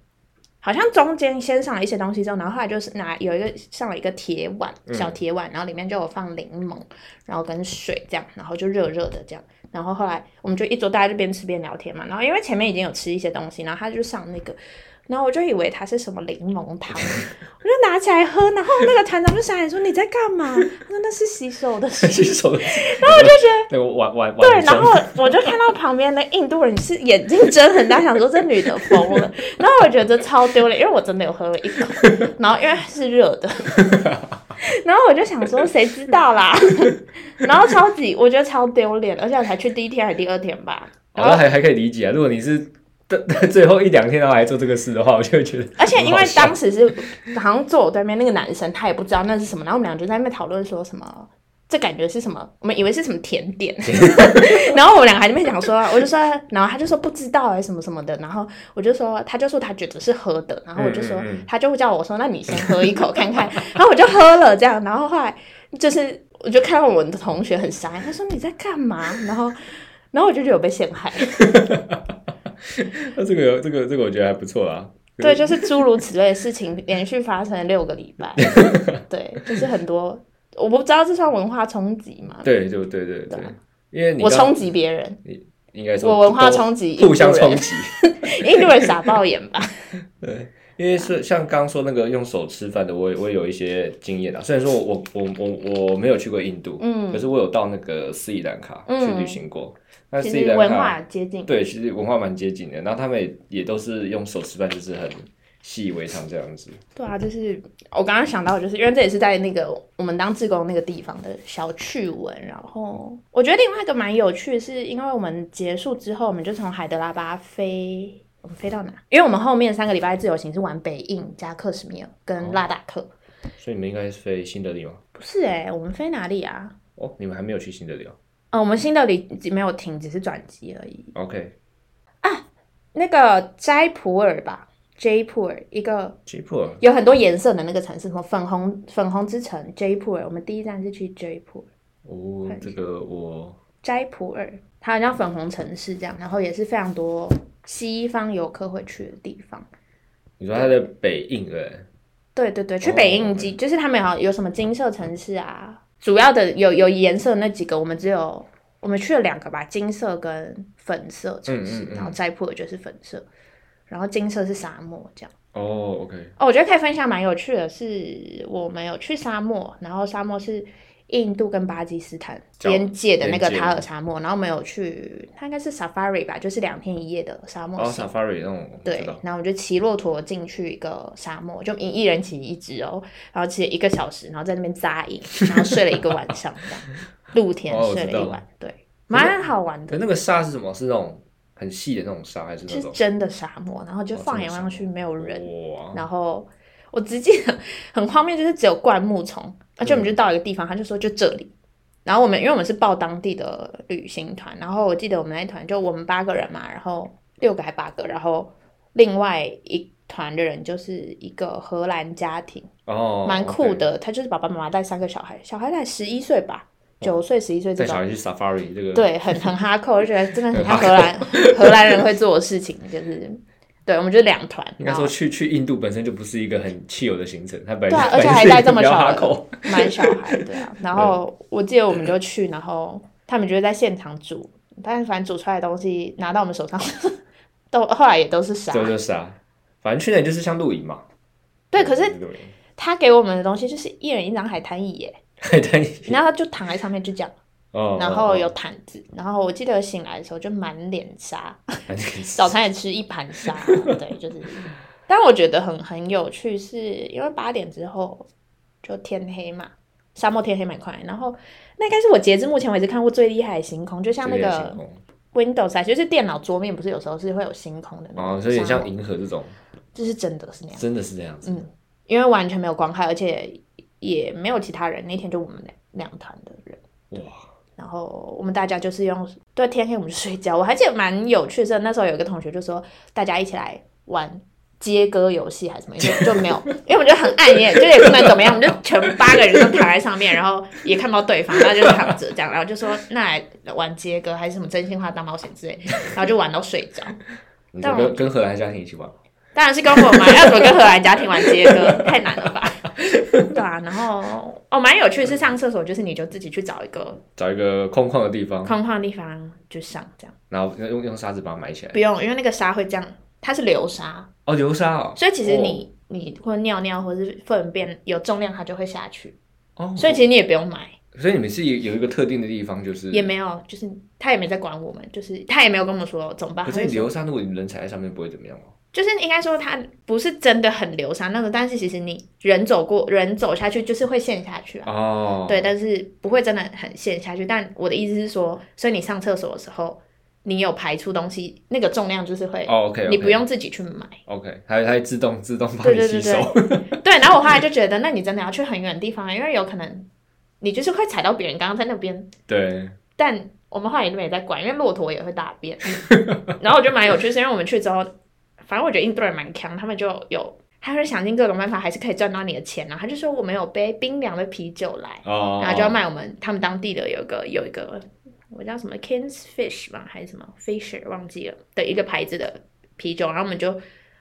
B: 好像中间先上了一些东西之后，然后后来就是拿有一个上了一个铁碗，小
A: 嗯
B: 铁碗，然后里面就有放柠檬，然后跟水这样，然后就热热的这样。然后后来我们就一桌大家就边吃边聊天嘛。然后因为前面已经有吃一些东西，然后他就上那个，然后我就以为它是什么柠檬汤，我就拿起来喝。然后那个团长就傻眼说：“你在干嘛？”他说：“那是洗手的水。”
A: 洗手的，然后我就觉得那个晚晚
B: 对，
A: 晚
B: 然
A: 上
B: 后我就看到旁边的印度人是眼睛睁很大，想说这女的疯 了。然后我觉得超丢脸，因为我真的有喝了一口，然后因为是热 的，然后我就想说谁知 道啦。然后超级我觉得超丢脸，而且我才去第一天还是第二天吧。
A: 好
B: 然
A: 像
B: 后
A: 还还可以理解啊。如果你是但但最后一两天然后还做这个事的话，我就会觉得很好笑，
B: 而且因为当时是好像坐我对面那个男生，他也不知道那是什么，然后我们俩就在那边讨论说什么。这感觉是什么？我们以为是什么甜 点， 然后我们两个还在那边讲说，我就说，然后他就说不知道哎、什么什么的，然后我就说，他就说他觉得是喝的，然后我就说，
A: 嗯嗯嗯
B: 他就叫我说，那你先喝一口 看看，然后我就喝了这样，然后后来就是我就看到我们的同学很傻眼，他说你在干嘛？然后然后我就觉得我被陷害，
A: 那这个这个这个我觉得还不错啦。
B: 对，就是诸如此类的事情连续发生了六个礼 拜，对，就是很多，我不知道这算文化冲击吗？
A: 对对对对对
B: 对啊，
A: 因为你
B: 我
A: 刚
B: 冲击别人，
A: 应该说
B: 我文化
A: 都
B: 冲击
A: 互相
B: 印度人
A: 冲击。
B: 印度人傻爆眼吧？
A: 对，因为是像刚刚说那个用手吃饭的，我也我也有一些经验啊。虽然说我我我我我没有去过印度，
B: 嗯
A: 可是我有到那个斯里兰卡去
B: 嗯
A: 旅行过。 那
B: 其
A: 斯里
B: 实
A: 兰
B: 文
A: 卡
B: 化接近，
A: 对，其实文化蛮接近的。然后他们也也都是用手吃饭，就是很习以为常这样子。
B: 对啊，就是我刚刚想到，就是因为这也是在那个我们当志工那个地方的小趣闻。然后我觉得另外一个蛮有趣，是因为我们结束之后，我们就从海德拉巴飞，我们飞到哪？因为我们后面三个礼拜自由行是玩北印、加克什米尔
A: 哦
B: 跟拉达克。
A: 所以你们应该是飞新德里吗？
B: 不是哎、我们飞哪里啊？
A: 哦，你们还没有去新德里哦。
B: 哦，我们新德里没有停，只是转机而已。
A: OK，
B: 那个斋普尔吧 j 普尔一个
A: 吉普尔
B: 有很多颜色的那个城市，什么粉红粉红之城 j 普尔，我们第一站是去 j 普尔，
A: 哦，这个我
B: 斋普尔，它好像粉红城市这样，然后也是非常多西方游客会去的地方。
A: 你说他在北印对不对，
B: 对对对，去
A: 哦
B: 北印基、就是他们有有什么金色城市啊，主要的有有颜色那几个，我们只有我们去了两个吧，金色跟粉色城市，
A: 嗯嗯嗯
B: 然后斋普尔就是粉色，然后金色是沙漠这样。
A: 哦，OK，
B: 哦，我觉得可以分享蛮有趣的是，我们有去沙漠，然后沙漠是印度跟巴基斯坦
A: 交
B: 边界的那个
A: 边界
B: 塔尔沙漠，然后我们有去，它应该是 safari 吧，就是两天一夜的沙漠
A: 哦
B: 行。
A: ，Safari 那种，我
B: 对
A: 知道，
B: 然后我们就骑骆驼进去一个沙漠，就一一人骑一只哦，然后骑了一个小时，然后在那边扎营，然后睡了一个晚上，这样 露天
A: 哦我
B: 睡
A: 知
B: 了一
A: 道
B: 晚，对，蛮好玩的
A: 可，那个沙是什么？是那种很细的那种沙，还是
B: 就
A: 那
B: 是
A: 种？
B: 真的沙漠，然后就
A: 哦
B: 放
A: 真的
B: 眼
A: 沙
B: 望去没有人，
A: 哇，
B: 然后我只记得很荒谬，就是只有灌木丛，而且我们
A: 嗯
B: 就到一个地方，他就说就这里。然后我们因为我们是报当地的旅行团，然后我记得我们那一团就我们八个人嘛，然后六个还八个，然后另外一团的人就是一个荷兰家庭，
A: 哦，
B: 蛮
A: OK
B: 酷。的。他就是爸爸妈妈带三个小孩，小孩才十一岁吧，九岁十一岁这
A: 哦带
B: 种
A: 小。孩去 Safari 这个，，
B: 对，很 很哈扣，就觉得真 的很像荷
A: 很
B: 兰荷兰人会做的事情，就是对，我们就两团。
A: 应该
B: 然后
A: 说去去印度本身就不是一个很汽油的行程，它本
B: 啊对
A: 来
B: 啊，
A: 就
B: 而且还
A: 本来
B: 带
A: 就
B: 这么
A: 比较
B: 小
A: 哈
B: 的
A: 口，
B: 蛮小孩，对啊。然后我记得我们就去，然后他们就在现场煮，但是反正煮出来的东西拿到我们手上，都后来也都是傻。
A: 对，就是啊。反正去那里就是像露营嘛。
B: 对，可是
A: 露营
B: 他给我们的东西就是一人一张海滩椅耶，
A: 海滩椅，
B: 然后就躺在上面就这样，
A: 哦，
B: 然后有
A: 哦
B: 毯子，然后我记得醒来的时候就满脸沙，
A: 哦海滩椅
B: 早餐也吃一盘沙， 对，就是。但我觉得很很有趣是，因为八点之后就天黑嘛，沙漠天黑蛮快。然后那应该是我截至目前为止看过最厉害的星空，就像那
A: 这也行
B: 个
A: 哦
B: Windows 啊，就是电脑桌面不是有时候是会有星空的那种
A: 哦，所以有点
B: 沙
A: 像
B: 漠
A: 银河这种，
B: 就是真的是那样，
A: 真的是这样子。
B: 嗯因为完全没有光害，而且也没有其他人。那天就我们两两团的人。
A: 哇，
B: 然后我们大家就是用对天黑我们就睡觉。我还记得蛮有趣的是，那时候有一个同学就说大家一起来玩接歌游戏还是什么，因为就没有，因为我们就很暗夜，就也不能怎么样，我们就全八个人都躺在上面，然后也看不到对方，然后就躺着这样，然后就说那来玩接歌还是什么真心话大冒险之类，然后就玩到睡着。
A: 你
B: 但
A: 就
B: 我
A: 跟跟荷兰家庭一起玩，
B: 当然是跟我嘛，要怎么跟荷兰家庭玩接歌？ 太难了吧？对啊，然后哦，蛮有趣的是上厕所，就是你就自己去找一个
A: 找一个空旷的地方，
B: 空旷的地方就上这样。
A: 然后用用沙子把它埋起来。
B: 不用，因为那个沙会这样，它是流沙，
A: 哦，流沙哦。
B: 所以其实你、你或尿尿或是粪便有重量，它就会下去，
A: 哦，
B: 所以其实你也不用买，
A: 所以你们是有有一个特定的地方，就是
B: 也没有，就是他也没在管我们，就是他也没有跟我们说怎么办，
A: 可
B: 他
A: 是
B: 就
A: 你
B: 说
A: 流沙，如果你人踩在上面，不会怎么样哦。
B: 就是应该说它不是真的很流沙那种，但是其实你人走过人走下去就是会陷下去啊。
A: 哦，
B: 对，，但是不会真的很陷下去。但我的意思是说，所以你上厕所的时候，你有排出东西，那个重量就是会，
A: 哦，OK，
B: 你不用自己去买。
A: OK，它它会自动自动帮
B: 对
A: 你
B: 对
A: 吸
B: 对
A: 收。
B: 啊对，然后我后来就觉得，那你真的要去很远的地方，因为有可能你就是快踩到别人刚刚在那边，
A: 对，
B: 但我们后来也没在管，因为骆驼也会大 便。然后我觉得蛮有趣，是因为我们去之后，反正我觉得印度人蛮强，他们就有，他会想尽各种办法，还是可以赚到你的钱啊然后他就说我们有杯冰凉的啤酒来，
A: 哦，
B: 然后就要卖我们他们当地的有一个有一个我叫什么 Kings Fish 嘛还是什么 Fisher 忘记了的一个牌子的啤酒，然后我们就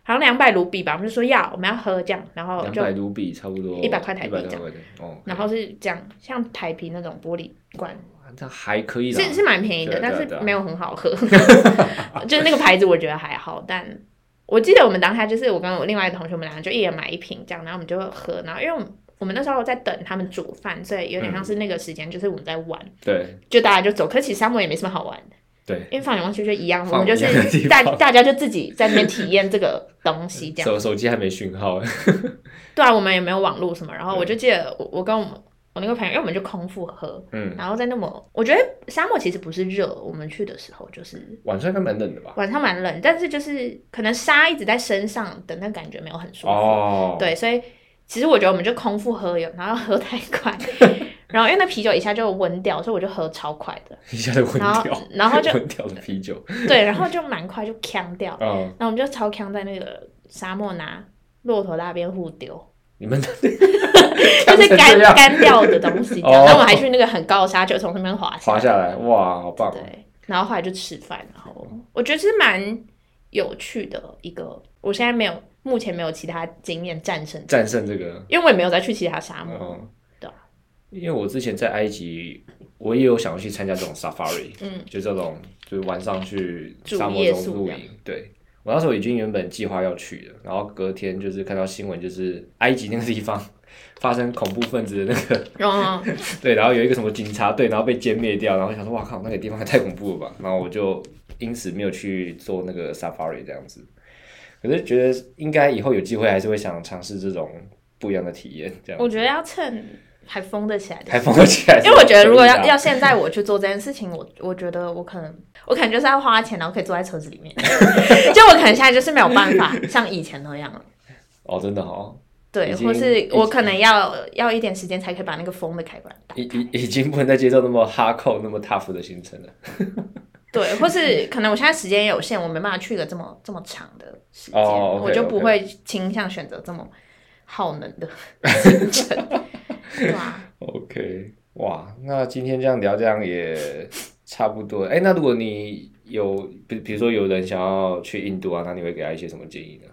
B: 好像两百卢比吧，我们就说要我们要喝这样，然后
A: 哦两
B: 就
A: 百卢比差不多
B: 100块台币
A: 100
B: 这样
A: 块钱哦，
B: 然后是这样像台啤那种玻璃罐，
A: 哇这还可以啦，
B: 是是蛮便宜
A: 对
B: 的，
A: 啊
B: 但
A: 对啊对
B: 是
A: 啊
B: 没有很好 喝，就是那个牌子我觉得还好，但我记得我们当下就是我跟我另外一个同学，我们两个就一人买一瓶这样，然后我们就喝，然后因为我们我们那时候在等他们煮饭，所以有
A: 嗯
B: 点像是那个时间就是我们在玩，
A: 对
B: 就大家就走，可是其实沙漠也没什么好玩的，
A: 对，
B: 因为放眼望去就一样，我
A: 放
B: 们就
A: 一样的地
B: 是
A: 方
B: 大大家就自己在那边体验这个东西 这样，
A: 手手机还没讯号，
B: 对啊，我们也没有网络什么，然后我就记得我我跟我我那个朋友，因为我们就空腹喝，
A: 嗯，
B: 然后在那么，我觉得沙漠其实不是热，我们去的时候就是
A: 晚上应该蛮冷的吧？
B: 晚上蛮冷，但是就是可能沙一直在身上的那感觉没有很舒服。
A: 哦，，
B: 对，所以其实我觉得我们就空腹喝有，然后喝太快， 然后因为那啤酒一下就温掉，所以我就喝超快的，
A: 一下就昏
B: 然后
A: 掉，
B: 然后就
A: 昏掉的啤酒，
B: 对，然后就蛮快就呛掉，
A: 嗯，
B: 然后我们就超呛在那个沙漠拿骆驼大便互丢。
A: 你们
B: 就
A: 就是
B: 干干掉的东西这样，
A: 哦
B: 然后我们还去那个很高的沙丘从上面滑下
A: 滑
B: 来，
A: 下来，哇，好棒哦，
B: 对，然后后来就吃饭，然后我觉得是蛮有趣的一个，我现在没有，目前没有其他经验战胜，
A: 战胜这个，
B: 因为我也没有再去其他沙漠，
A: 嗯，
B: 对
A: 因为我之前在埃及，我也有想要去参加这种 safari，
B: 嗯，
A: 就这种就是晚上去
B: 住
A: 沙漠
B: 夜
A: 中
B: 宿
A: 露
B: 这样
A: 营。对我那时候已经原本计划要去的，然后隔天就是看到新闻，就是埃及那个地方发生恐怖分子的那个
B: 然后
A: 对，然后有一个什么警察队，然后被歼灭掉，然后想说哇靠，那个地方也太恐怖了吧，然后我就因此没有去做那个 safari 这样子。可是觉得应该以后有机会还是会想尝试这种不一样的体验，这样
B: 我觉得要趁还疯得起来的时
A: 还
B: 候。
A: 疯起来是可以的
B: 因
A: 啊。
B: 为我觉得，如果要要现在我去做这件事情，我我觉得我可能我可能就是要花钱，然后可以坐在车子里面， 就我可能现在就是没有办法像以前那样了。
A: 哦，真的哦，
B: 对
A: 已，经
B: 或是
A: 已
B: 我可能要要一点时间才可以把那个风的开关打。
A: 已已已经不能再接受那么哈扣、那么 tough 的行程了。
B: 对，或是可能我现在时间有限，我没办法去个这么这么长的时间，
A: 哦，OK，
B: 我就不
A: OK
B: 会倾向选择这么耗能 的行程。对啊，
A: OK，哇，那今天这样聊，这样 也差不多了。哎，那如果你有，比比如说有人想要去印度啊，那你会给他一些什么建议呢？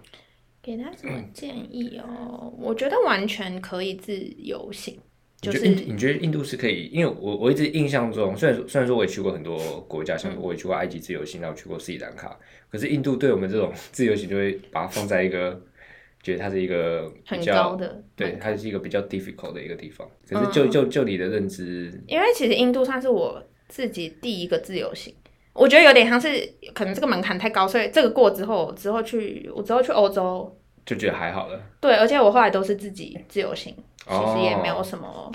B: 给他什么建议哦？我觉得完全可以自由行，就
A: 你觉
B: 是
A: 得印，你觉得印度是可以？因为我我一直印象中，虽然说虽然说我也去过很多国家，
B: 嗯
A: 像我也去过埃及自由行，然后去过斯里兰卡，可是印度对我们这种 自由行就会把它放在一个，觉得它是一个比
B: 很
A: 较
B: 高嗯的。
A: 对，它是一个比较 difficult 的一个地方。可是就就就你的认知，
B: 因为其实印度算是我自己第一个自由行，我觉得有点像是可能这个门槛太高，所以这个过之后，我之后去我之后去欧洲，
A: 就觉得还好了。
B: 对，而且我后来都是自己自由行，其
A: 哦
B: 实也没有什么，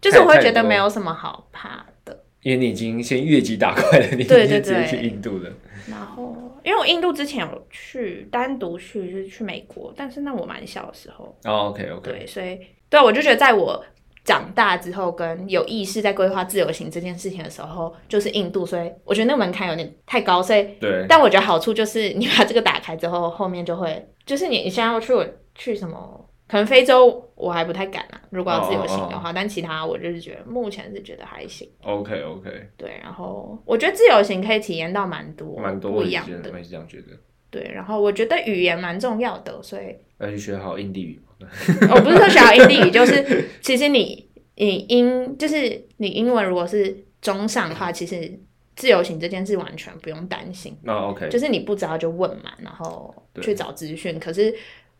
B: 就是我会觉
A: 太
B: 得
A: 多
B: 没有什么好怕的。
A: 因为你已经先越级打怪了，你已
B: 对
A: 经直
B: 对
A: 接
B: 对
A: 去印度了。
B: 然后，因为我印度之前有去单独去，就是去美国，但是那我蛮小的时候，
A: 哦，OK OK，
B: 对，所以对啊我就觉得在我。长大之后，跟有意识在规划自由行这件事情的时候，就是印度，所以我觉得那个门槛有点太高，所以
A: 对，
B: 但我觉得好处就是你把这个打开之后，后面就会，就是你你现在要去我去什么，可能非洲我还不太敢啊，如果要自由行的
A: 哦
B: 话但其他我就是觉得目前是觉得还行。
A: OK OK，
B: 对，然后我觉得自由行可以体验到蛮多
A: 蛮多
B: 不
A: 我
B: 一
A: 也
B: 样
A: 是
B: 的
A: 我，也是这样觉得。
B: 对，然后我觉得语言蛮重要的，所以
A: 要去学好印地语嘛？
B: 我不是说学好印地语，就是其实你你英就是你英文如果是中上的话，其实自由行这件事完全不用担心。
A: 那 OK，
B: 就是你不知道就问嘛，然后
A: 对
B: 去找资讯。可是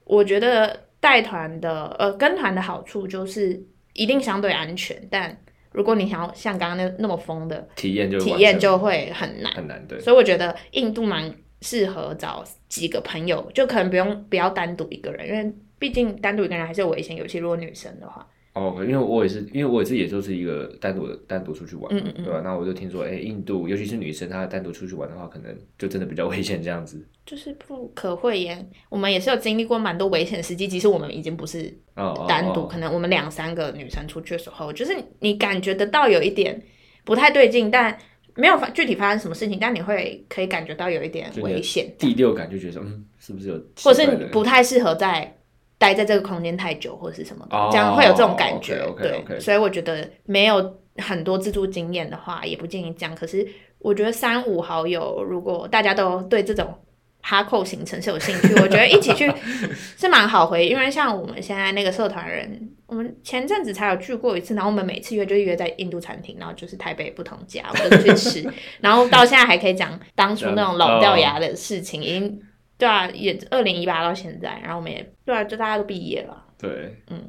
B: 我觉得带团的呃跟团的好处就是一定相对安全，但如果你想要像刚刚那那么疯的
A: 体验就
B: 体
A: 完
B: 验，
A: 全
B: 就会很难。
A: 很难对。
B: 所以我觉得印度蛮适合找几个朋友，就可能不用不要单独一个人，因为毕竟单独一个人还是有危险，尤其如果女生的话，
A: 哦，因为我也是，因为我自己也就是一个单独的单独出去玩嘛，
B: 嗯嗯嗯
A: 对吧？那我就听说，哎，印度尤其是女生，她单独出去玩的话，可能就真的比较危险这样子。
B: 就是不可讳言，我们也是有经历过蛮多危险的时机，即使我们已经不是
A: 哦，哦
B: 单独，
A: 哦
B: 可能我们两三个女生出去的时候，就是你感觉得到有一点不太对劲，但没有发具体发生什么事情，但你会可以感觉到有一点
A: 就你的
B: 危险，
A: 第六感就觉得说，嗯，是不是有奇
B: 或
A: 怪的
B: 者是
A: 人，
B: 你不太适合在待在这个空间太久，或者是什么的，
A: 哦
B: 这样会有这种感觉。
A: OK，OK，
B: 对
A: OK
B: 所以我觉得没有很多自助经验的话，也不建议这样。可是我觉得三五好友，如果大家都对这种哈扣行程是有兴趣， 我觉得一起去是蛮好回，因为像我们现在那个社团人，我们前阵子才有聚过一次，然后我们每次约就是约在印度餐厅，然后就是台北不同家，我们就去吃，然后到现在还可以讲当初那种老掉牙的事情，已经对啊，也二零一八到现在，然后我们也对啊，就大家都毕业了。
A: 对，
B: 嗯。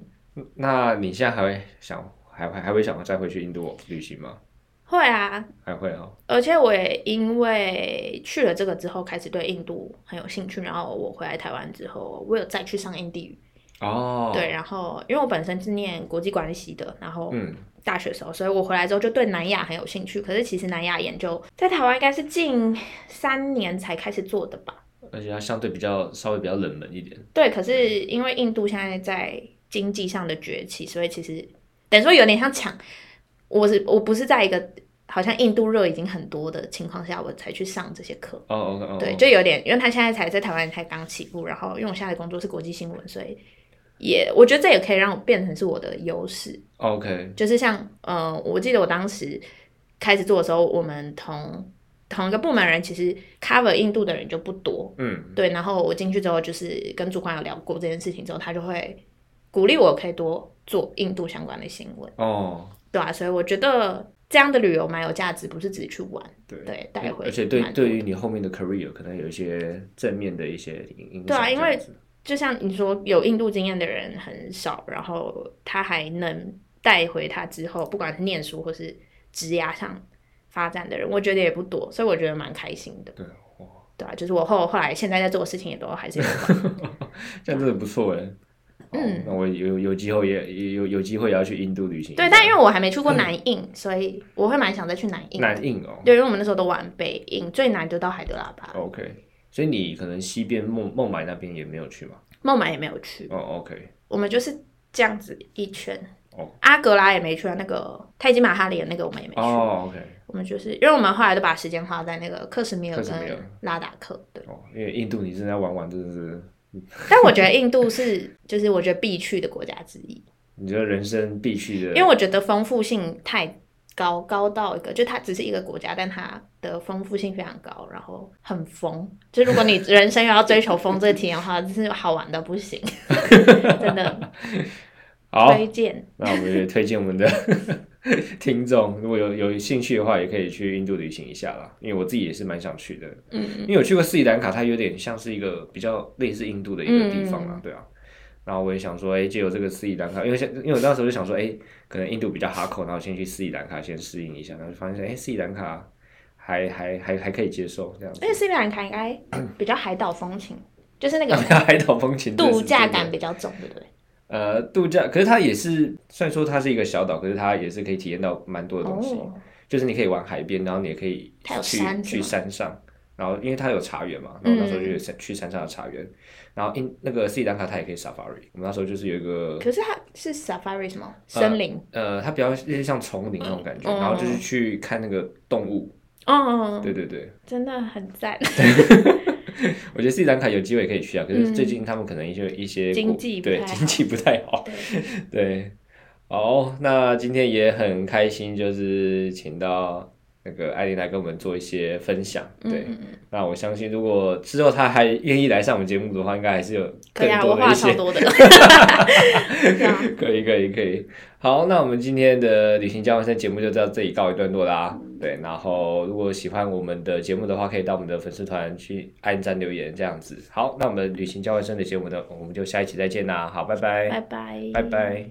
A: 那你现在还会想，还还还会想再回去印度旅行吗？
B: 会啊，
A: 还会哦。
B: 而且我也因为去了这个之后，开始对印度很有兴趣。然后我回来台湾之后，我有再去上印地语，
A: 哦，
B: 对。，然后因为我本身是念国际关系的，然后
A: 嗯，
B: 大学的时候，所以我回来之后就对南亚很有兴趣。可是其实南亚研究在台湾应该是近三年才开始做的吧？
A: 而且它相对比较稍微比较冷门一点。
B: 对，可是因为印度现在在经济上的崛起，所以其实等于说有点像抢。我是我不是在一个好像印度热已经很多的情况下，我才去上这些课。
A: 哦哦哦，
B: 对，
A: 哦
B: 就有点，因为他现在才在台湾才刚起步，然后因为我现在的工作是国际新闻，所以也我觉得这也可以让我变成是我的优势。
A: OK，
B: 就是像，呃，我记得我当时开始做的时候，我们同同一个部门人其实 cover 印度的人就不多，
A: 嗯，
B: 对。然后我进去之后，就是跟主管有聊过这件事情之后，他就会鼓励我可以多做印度相关的新闻，
A: 哦，
B: 对啊，所以我觉得这样的旅游蛮有价值，不是只是去玩，
A: 对。
B: 对，带回
A: 而且
B: 蛮
A: 对
B: 多
A: 对于你后面的 career 可能有一些正面的一些影影响。
B: 对啊因为
A: 这样子
B: 就像你说，有印度经验的人很少，然后他还能带回他之后，不管是念书或是职涯上发展的人，我觉得也不多，所以我觉得蛮开心的。
A: 对哇
B: 对啊，就是我后后来现在在做的事情也都还是有 关
A: 这样真的不错哎。
B: 嗯
A: 嗯，那我有有机会也也有有机会也要去印度旅行一下。
B: 对，但因为我还没去过南印，所以我会蛮想再去南印。
A: 南印哦
B: 对，因为我们那时候都玩北印，最难就到海德拉巴，
A: ，OK，所以你可能西边孟孟买那边也没有去嘛？
B: 孟买也没有去，
A: 哦，OK，
B: 我们就是这样子一圈。
A: 哦
B: 阿格拉也没去啊，那个泰姬玛哈里的那个我们也没去。
A: 哦，OK，
B: 我们就是因为我们后来都把时间花在那个克什米尔
A: 克什米尔
B: 跟拉达克，对。
A: 哦，因为印度你真的要玩玩，真的是
B: 但我觉得印度是就是我觉得必去的国家之一，
A: 你觉得人生必去的。
B: 因为我觉得丰富性太高，高到一个就它只是一个国家，但它的丰富性非常高，然后很疯。就如果你人生又要追求疯这个体验的话，真是好玩到不行， 真的
A: 好，
B: 推荐。
A: 那我们也推荐我们的 听众，如果有有兴趣的话，也可以去印度旅行一下啦。因为我自己也是蛮想去的，
B: 嗯
A: 因为我去过斯里兰卡，它有点像是一个比较类似印度的一个地方啦，
B: 嗯
A: 对啊。然后我也想说，哎、借由这个斯里兰卡，因为现因为我那时候就想说，哎、可能印度比较哈口，然后先去斯里兰卡先适应一下，然后就发现，哎、斯里兰卡还还还还可以接受这样子
B: 而且，斯里兰卡 应该比较海岛风情，就是那个
A: 海岛风情真的是
B: 度假
A: 真的
B: 感比较重，对不 对？
A: 呃，度假，可是它也是，虽然说它是一个小岛，可是它也是可以体验到蛮多的东西。
B: 哦，
A: 就是你可以玩海边，然后你也可以
B: 它有
A: 去
B: 山是
A: 去
B: 吗
A: 山上，然后因为它有茶园嘛，然后那时候就
B: 嗯
A: 有山去山上的茶园，然后印那个斯里兰卡它也可以 safari，我们那时候就是有一个
B: 可是它是 safari 什么森林？
A: 呃，它比较类似像丛林那种感觉，
B: 嗯
A: 然后就是去看那个动物，
B: 哦，
A: 对对对，
B: 真的很赞，
A: 我觉得斯里兰卡有机会可以去啊，可是
B: 嗯
A: 最近他们可能一些一些
B: 经
A: 国
B: 济不
A: 对
B: 太
A: 经
B: 好
A: 济不太好，
B: 对，
A: 对，好，那今天也很开心，就是请到那个艾琳来跟我们做一些分享。
B: 嗯
A: 对，那我相信如果之后她还愿意来上我们节目的话，应该还是有
B: 可以
A: 更
B: 啊，
A: 多
B: 我
A: 的一
B: 话超
A: 些。
B: 多的，对啊，
A: 可以，可以，可以。好，那我们今天的旅行交换生节目就到这里告一段落啦。对，然后如果喜欢我们的节目的话，可以到我们的粉丝团去按赞留言这样子。好，那我们旅行交换生的节目呢，我们就下一期再见啦。好，拜拜，
B: 拜，
A: 拜拜。